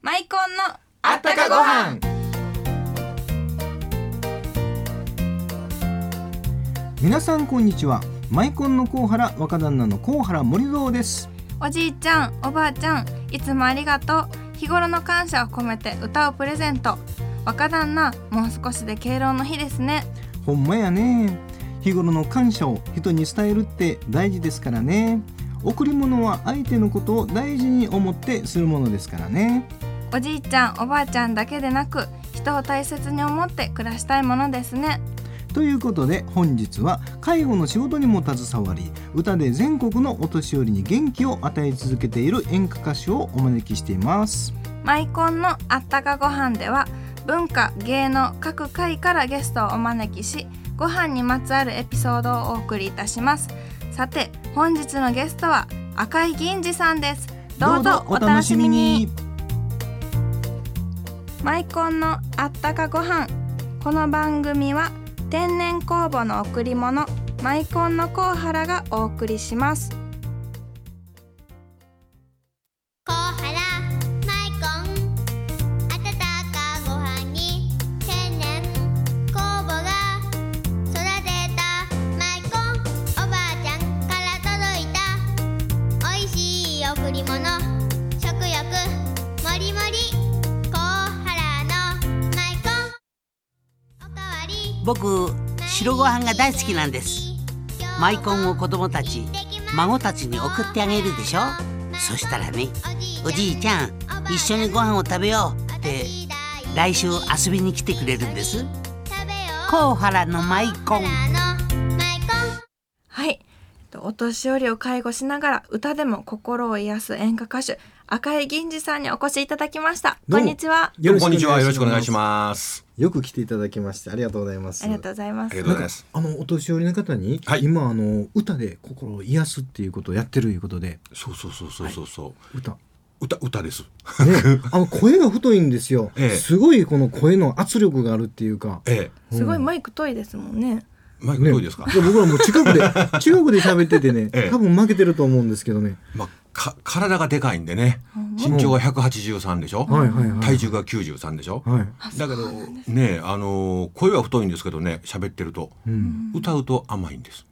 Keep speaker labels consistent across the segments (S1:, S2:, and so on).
S1: マイコンの
S2: あったかご飯
S3: 皆さんこんにちはマイコンの高原若旦那の高原森蔵です
S1: おじいちゃんおばあちゃんいつもありがとう日頃の感謝を込めて歌をプレゼント若旦那もう少しで敬老の日ですね
S3: ほんまやね日頃の感謝を人に伝えるって大事ですからね贈り物は相手のことを大事に思ってするものですからね
S1: おじいちゃんおばあちゃんだけでなく人を大切に思って暮らしたいものですね
S3: ということで本日は介護の仕事にも携わり歌で全国のお年寄りに元気を与え続けている演歌歌手をお招きしています
S1: マイコンのあったかご飯では文化芸能各界からゲストをお招きしご飯にまつわるエピソードをお送りいたしますさて本日のゲストは赤井銀次さんですどうぞお楽しみにマイコンのあったかご飯この番組は天然酵母の贈り物マイコンのコウハラがお送りします
S4: 小原マイコン温かご飯に天然酵母が育てたマイコンおばあちゃんから届いたおいしい贈り物食欲もりもり小原のマイコンおかわり
S2: 僕白ご飯が大好きなんですマイコンを子供たち孫たちに送ってあげるでしょそしたらねおじいちゃん一緒にご飯を食べようって来週遊びに来てくれるんです
S4: 食べよう
S2: コウハラのマイコン
S4: 小原のマイコン
S1: はいえっとお年寄りを介護しながら歌でも心を癒す演歌歌手赤井銀次さんにお越しいただきました
S3: ど
S1: こ
S3: うも
S1: んにちは
S3: よろしく
S5: こ
S3: お
S5: ん
S3: 願いします
S5: にちは。よろしくお願いします。
S3: よく来ていただきましてありがとうございます
S1: ありがとうございま
S5: あ
S1: す
S5: りがとうございます。
S3: あのお年寄りの方に、
S5: はい
S3: 今あの歌で心を癒すっていうことをやってるいうことで
S5: そうそうそうそうそうそう。
S3: 歌ね
S5: 歌歌です。
S3: あの声が太いんですよ、
S5: ええ
S3: すごいこの声の圧力があるっていうか
S5: ええ、
S1: すごいマイク遠いですもんね
S5: マイクどうです か
S3: ね、。や僕らもう近く で近くで喋っててね、
S5: ええ
S3: 多分負けてると思うんですけどね
S5: まあか体がでかいんでね。身長が183でしょ。
S3: はいはいはい
S5: 体重が93でしょ。
S3: はい、
S5: だけどねあのー声は太いんですけどね喋ってると
S3: うん、
S5: 歌うと甘いんです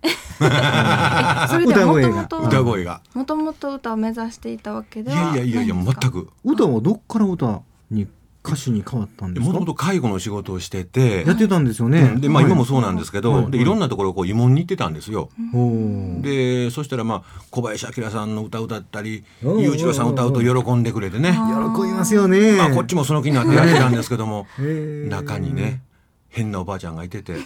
S1: それではもとも
S3: 歌
S1: と
S5: 歌声が
S1: もともと歌を目指していたわけ
S5: い
S1: では
S5: やいやいやいや
S1: な
S5: 全
S1: ですか
S5: く
S3: 歌はどっから歌に歌手に変わったんです
S5: も
S3: か
S5: ともと介護の仕事をしてて
S3: やってたんですよね、
S5: うんでまあ
S3: はい
S5: 今もそうなんですけど、
S3: はいはい
S5: でいろんなところをこう慰問に行ってたんですよ。
S3: ほう
S5: でそしたらまあ小林明さんの歌歌ったり
S3: うん
S5: 裕次郎さん歌うと喜んでくれてね
S3: 喜びますよね、
S5: まあこっちもその気になってやってたんですけども
S3: へえ
S5: 中にね変なおばあちゃんがいてて
S3: はい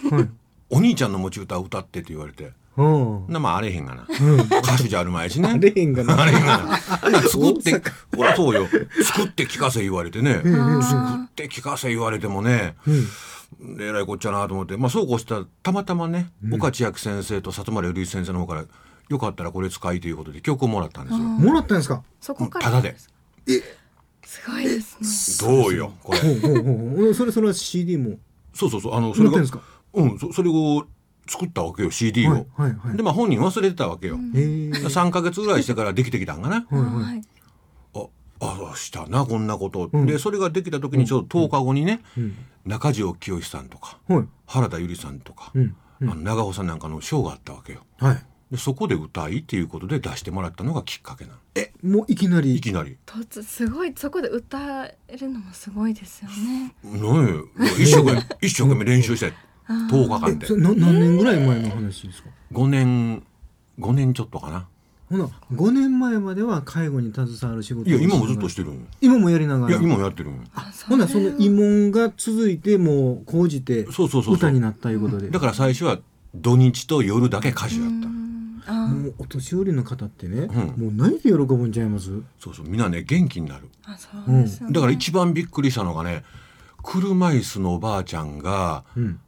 S5: 「お兄ちゃんの持ち歌を歌って」って言われて
S3: うん
S5: なまああれへんがな
S3: うん
S5: 歌手じゃあるまいしね
S3: あれへんがな
S5: あれへんがなほな作って
S3: 大阪
S5: ほらそうよ作って聞かせ言われてね
S3: ええ
S5: 作って聞かせ言われてもね
S3: うん
S5: えらいこっちゃなと思って、まあ、そうこうしたらたまたまね、岡千秋先生と里丸由里先生の方から「よかったらこれ使い」ということで曲をもらったんですよ。
S3: もらったんですか
S1: そこから
S5: ただです
S1: ごいですね
S5: どうよこれ
S3: ほうほうほうほうそれそれは CD も
S5: そうそうそうあのそ
S3: もらったん
S5: れが
S3: ですか
S5: うんそそれを作ったわけよ CD を、
S3: はいはいはい
S5: でまあ本人忘れてたわけよ、
S3: えー
S5: 3か月ぐらいしてからできてきたんかな
S3: はいはい
S1: はい
S5: ああしたなこんなこと、
S3: うん
S5: でそれができた時にちょうど10日後にね、
S3: うん
S5: 中条きよしさんとか
S3: はい
S5: 原田由里さんとか、
S3: うんう
S5: あ
S3: ん
S5: の長尾さんなんかの賞があったわけよ
S3: はい
S5: でそこで歌いっていうことで出してもらったのがきっかけなの
S3: えもういきなり
S5: いきなり
S1: 突すごいそこで歌えるのもすごいですよね
S5: ねえ一生懸命一生懸命練習して10日間
S3: え
S5: で
S3: それな何年ぐらい前の話ですか
S5: 5年5年ちょっとかな
S3: ほな5年前までは介護に携わる仕事を
S5: いや今もずっとしててるんよ
S3: 今もやりなが
S5: い
S3: ら
S5: や今もやってるんよ
S3: ほなその慰問が続いてもう講じて
S5: そうそうそうそ
S3: 歌に
S5: う
S3: なったいうことで
S5: だから最初は土日と夜だけ歌手だった
S1: うんあ
S3: もうお年寄りの方ってね、
S5: うん
S3: もう何で喜ぶんちゃいます
S5: そうそうみんなね元気になる
S1: あそうですよね
S5: だから一番びっくりしたのがね車椅子のおばあちゃんが
S3: うん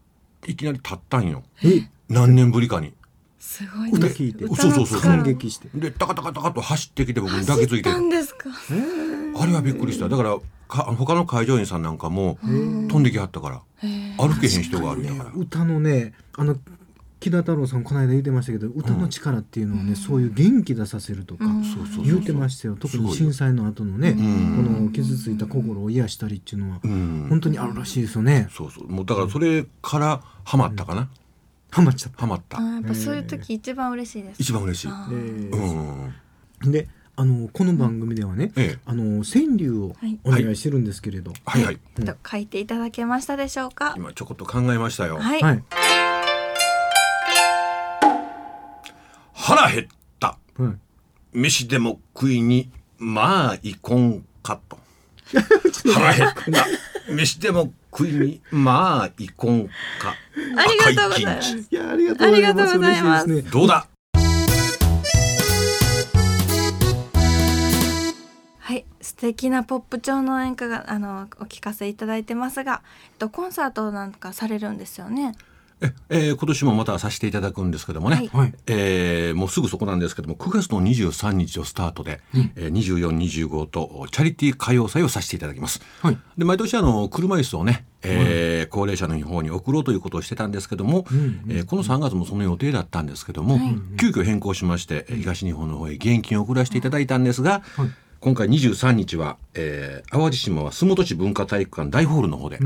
S5: いきなり立ったんよ
S3: え
S5: 何年ぶりかに
S1: すごい
S3: 歌
S1: です
S3: 聞いて
S1: 歌の力
S5: そうそうそう
S3: 感激して
S5: でタカタカタカと走ってきて僕に抱
S1: 走
S5: き
S1: っ
S5: ついて
S1: たんですか
S5: あれはびっくりしただからか他の会場員さんなんかも飛んできはったから
S1: へえ
S5: 歩けへん人があるんだから
S3: 歌のねあの木田太郎さんこの間言ってましたけど歌の力っていうのはね、そういう元気出させるとか
S1: うん
S5: そうそうそう
S3: 言うてましたよ特に震災の後のね、
S5: ん
S3: この傷ついた心を癒したりっていうのは
S5: ん
S3: 本当にあるらしいですよね、
S5: そうそうもうだからそれからハマったかな、
S3: ハマっちゃった、
S5: ハマった、
S1: あーやっぱそういう時一番嬉しいです。
S5: 一番嬉しい、
S1: あ
S3: え
S1: ー
S5: う
S3: ー
S5: ん
S3: であのこの番組ではね、
S5: ええ
S3: あの川柳を
S1: はい
S3: お願いしてるんですけれど、
S5: はいはい
S1: ちょっと書いていただけましたでしょうか。
S5: 今ちょこっと考えましたよ、
S1: はい。
S3: はい
S5: 腹減った
S3: はい
S5: 飯でも食いにまあ行こんかと腹減 った飯でも食いにまあ行こんか
S1: ありがとうございま
S5: 赤
S1: す。
S3: いやありがとうございま
S1: あ
S3: す
S1: りがとうございます
S3: 嬉しいですね
S5: どうだ
S1: はい、素敵なポップ調の演歌があのお聞かせいただいてますが、えっとコンサートなんかされるんですよね。
S5: え、えー今年もまたさせていただくんですけどもね、
S1: はい
S3: はい
S5: えーもうすぐそこなんですけども9月の23日をスタートで、えー2425とチャリティー歌謡祭をさせていただきます。
S3: はい
S5: で毎年あの車椅子をね、えー高齢者の方に送ろうということをしてたんですけども、えーこの3月もその予定だったんですけども、急遽変更しまして、えー東日本の方へ現金を送らせていただいたんですが、今回23日は、えー淡路島は洲本市文化体育館大ホールの方で、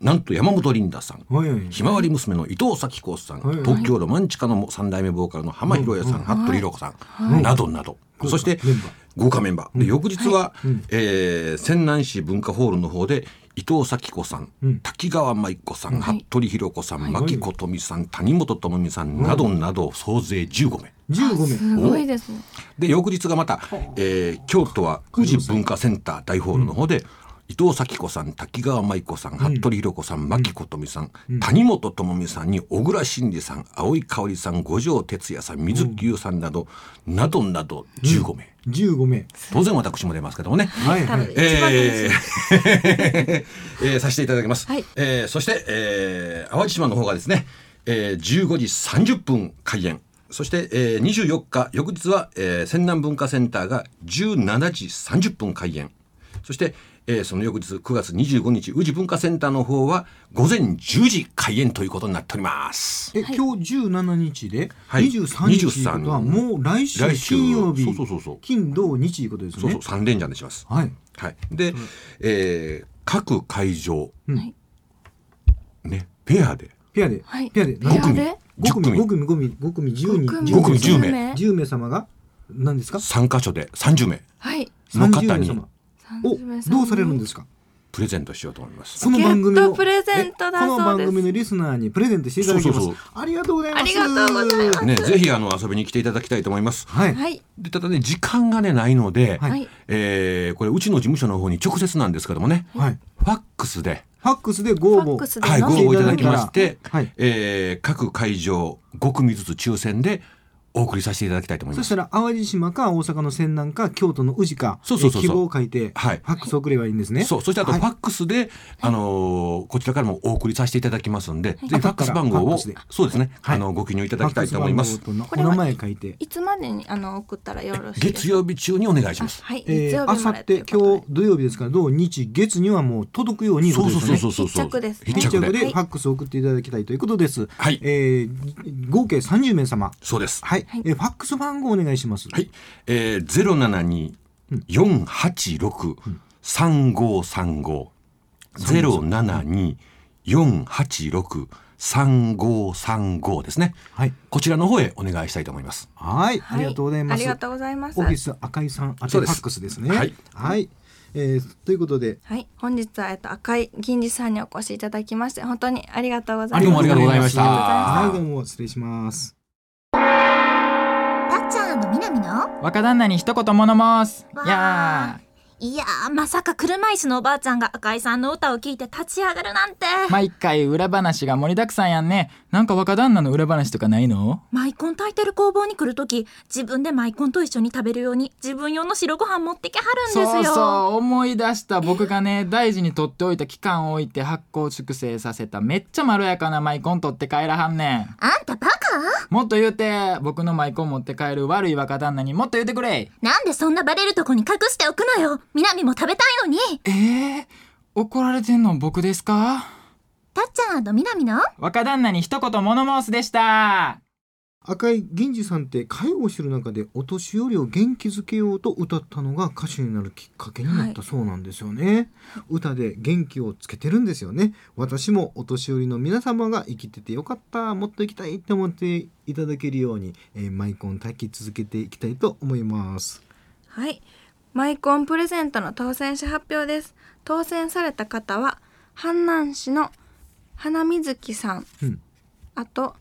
S5: なんと山本リンダさん、
S3: はいはい
S5: ひまわり娘の伊藤咲子さん、
S3: はい
S5: 東京ロマンチカの三代目ボーカルの浜博也さん、服部寛子さん、などなど、そして
S3: メンバー
S5: 豪華メンバー、で翌日は、えー泉南市文化ホールの方で伊藤咲子さん、滝川舞子さん、
S1: はい
S5: 服部寛子さん、牧子とみさん谷本智美さんなどなど総勢15名。
S3: 15名
S1: すごいですね。
S5: で翌日がまた、えー京都は宇治文化センター大ホールの方で、伊藤咲子さん滝川舞子さん服部寛子さん牧子富さん、谷本智美さんに小倉真理さん青井香織さん五条哲也さん水木優さんなど、などなど15名、
S3: 15名
S5: 当然私も出ますけどもね。
S3: はい
S1: 多
S3: は
S1: 分
S3: い
S1: 一番嬉しい。
S5: えーえーさせていただきます。
S1: はい
S5: えーそして、えー淡路島の方がですね、えー15時30分開演。そして、えー24日、翌日は、えー、泉南文化センターが17時30分開演。そして、えーその翌日9月25日、宇治文化センターの方は午前10時開演ということになっております。
S3: え、今日17日で、
S5: はい
S3: 23日ということは
S5: 23
S3: もう来週
S5: 来週
S3: 金曜日
S5: そうそうそうそう
S3: 金土日いうことですね
S5: そうそう、3連チャンでします。
S3: はい
S5: はい、で、えー各会場、
S1: ん
S5: ね、ペアで
S3: ペアで、
S1: はい
S3: ペアで
S1: ペアで
S3: 何組
S5: 10
S3: 5組
S5: 組
S3: 5組5組5組10人
S5: 5組10
S3: 10
S5: 名
S3: 名10名様が何ですか
S5: 3箇所で30名
S1: はい。
S5: の
S3: 30
S5: 方
S3: 名
S5: に
S3: 様を
S1: 30名様
S3: どうされるんですか
S5: プレゼントしようと思います。
S3: この番組の
S1: プレゼントだそうです
S3: えこの番組のリスナーにプレゼントしていただきます
S5: そうそうそ
S3: ありがとうございます
S1: ありがとうございます
S5: ね、ぜひあの遊びに来ていただきたいと思います。
S3: はい、
S1: はい。
S5: でただね時間がねないので、
S3: はい
S1: はい
S5: えーこれうちの事務所の方に直接なんですけどもね、
S3: はい、
S5: ファックスで、
S3: ファックスでご応
S1: ファッ
S3: 募
S1: クスで
S5: はい、ご応募いただきまして、
S3: はい
S5: えー各会場5組ずつ抽選でお送りさせていただきたいと思い
S3: そ
S5: ま
S3: した
S5: す。
S3: ら淡路島か大阪の泉南か京都の宇治か
S5: そうそうそうそう
S3: え希望を書いて、
S5: はい
S3: ファックス送ればいいんですね。
S5: そう、そしてあと
S3: は
S5: フ
S3: い
S5: ァックスで、あのーこちらからもお送りさせていただきますんで、ぜひファックス番号
S3: ファッ
S5: を
S3: クスで、
S5: そうですね、
S3: はい
S5: あのご記入いただきたいと思います
S3: ファッ。クス番号
S1: ことれ
S3: お
S1: は
S3: 名前書いて。
S1: いつまでにあの送ったらよろしいですか。
S5: 月曜日中にお願いします
S1: あ。はい。
S3: え
S1: 月
S3: ー、
S1: 曜
S3: あ
S1: 日
S3: さ
S1: まで
S3: っ
S1: とい
S3: て
S1: うことで。
S3: 今日土曜日ですから土日月にはもう届くようにということですよね。
S5: そうそうそうそうそう
S1: 一着ですね
S5: 一
S3: 一着
S5: 着で
S3: でファックスを送っていただきたいということです。
S5: はい
S3: えー合計30名様。
S5: そうです。
S3: はい。えーファックス番号お願いします。
S5: はい。えー、ゼロ七二四八六三五三五ゼロ七二四八六三五三五ですね。
S3: はい。
S5: こちらの方へお願いしたいと思います。
S3: はい。
S1: は
S3: ありがとうございま
S1: あ
S3: す。
S1: りがとうございます
S3: オフィス赤井さん宛てファ
S5: そうです
S3: ックスですね。
S5: はい。
S3: はい。えーということで。
S1: はい、本日はえっと赤い銀次さんにお越しいただきまして本当にありがとうございます。
S5: どうもありがとうございました
S1: あ
S3: は
S1: り
S3: い、
S1: が
S3: ど
S1: とうござい
S3: う
S1: ま
S3: も失礼します。
S6: たっちゃんみなみの
S7: 若旦那に一言物申す
S6: わ
S7: いや
S6: いやーまさか車椅子のおばあちゃんが赤井さんの歌を聴いて立ち上がるなんて
S7: ー毎回裏話が盛りだくさんやんねなんか若旦那の裏話とかないの
S6: マイコン炊いてる工房に来るとき自分でマイコンと一緒に食べるように自分用の白ご飯持ってきはるんです
S7: そ
S6: よ
S7: うそう思い出した僕がね大事に取っておいた期間を置いて発酵熟成させためっちゃまろやかなマイコン取って帰らはんねん
S6: あんたバカ
S7: もっと言うて僕のマイコン持って帰る悪い若旦那にもっと言うてくれ
S6: なんでそんなバレるとこに隠しておくのよみなみも食べたいのに
S7: えー、怒られてんの僕ですか
S6: たっちゃん南の
S7: 若旦那に一言物申すでした
S3: 赤井銀次さんって介護をしてる中でお年寄りを元気づけようと歌ったのが歌手になるきっかけになったそうなんですよね、歌で元気をつけてるんですよね私もお年寄りの皆様が生きててよかったもっと生きたいって思っていただけるように、えーマイコン炊き続けていきたいと思います
S1: はい。マイコンプレゼントの当選者発表です。当選された方は、阪南市の花水木さん。
S3: うん
S1: あと、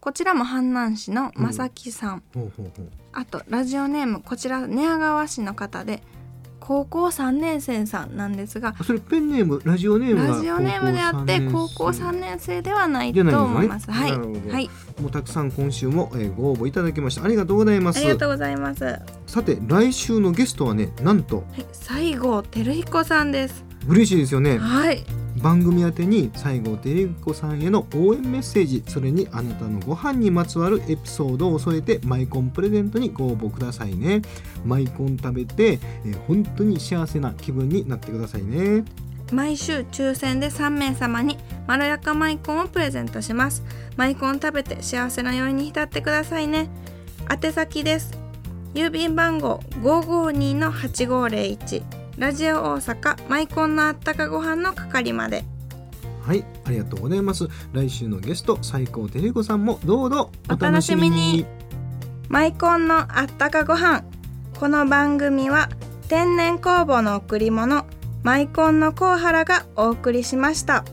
S1: こちらも阪南市の正木さん。
S3: ほうほうほう
S1: あと、ラジオネーム、こちら寝屋川市の方で、高校3年生さんなんですが、
S3: あそれペンネームラジオネームが
S1: ラジオネームであって高校3年生ではないと思います。
S3: じゃな
S1: はいい
S3: んですねなるほ。ど
S1: はい。
S3: もうたくさん今週も、えーご応募いただきましたありがとうございま
S1: あ
S3: す
S1: りがとうございます。はい、
S3: さて来週のゲストはねなんと
S1: 西郷輝彦さんです。
S3: 嬉しいですよね
S1: はい。
S3: 番組宛てに西郷輝彦さんへの応援メッセージそれにあなたのご飯にまつわるエピソードを添えてマイコンプレゼントにご応募くださいねマイコン食べて、えー本当に幸せな気分になってくださいね
S1: 毎週抽選で3名様にまろやかマイコンをプレゼントしますマイコンを食べて幸せの酔いに浸ってくださいね宛先です郵便番号552-8501ラジオ大阪マイコンのあったかご飯の係まで
S3: はいありがとうございます来週のゲスト西郷輝彦さんもどうぞお
S1: お楽しみにマイコンのあったかご飯この番組は天然酵母の贈り物マイコンのコウハラがお送りしました。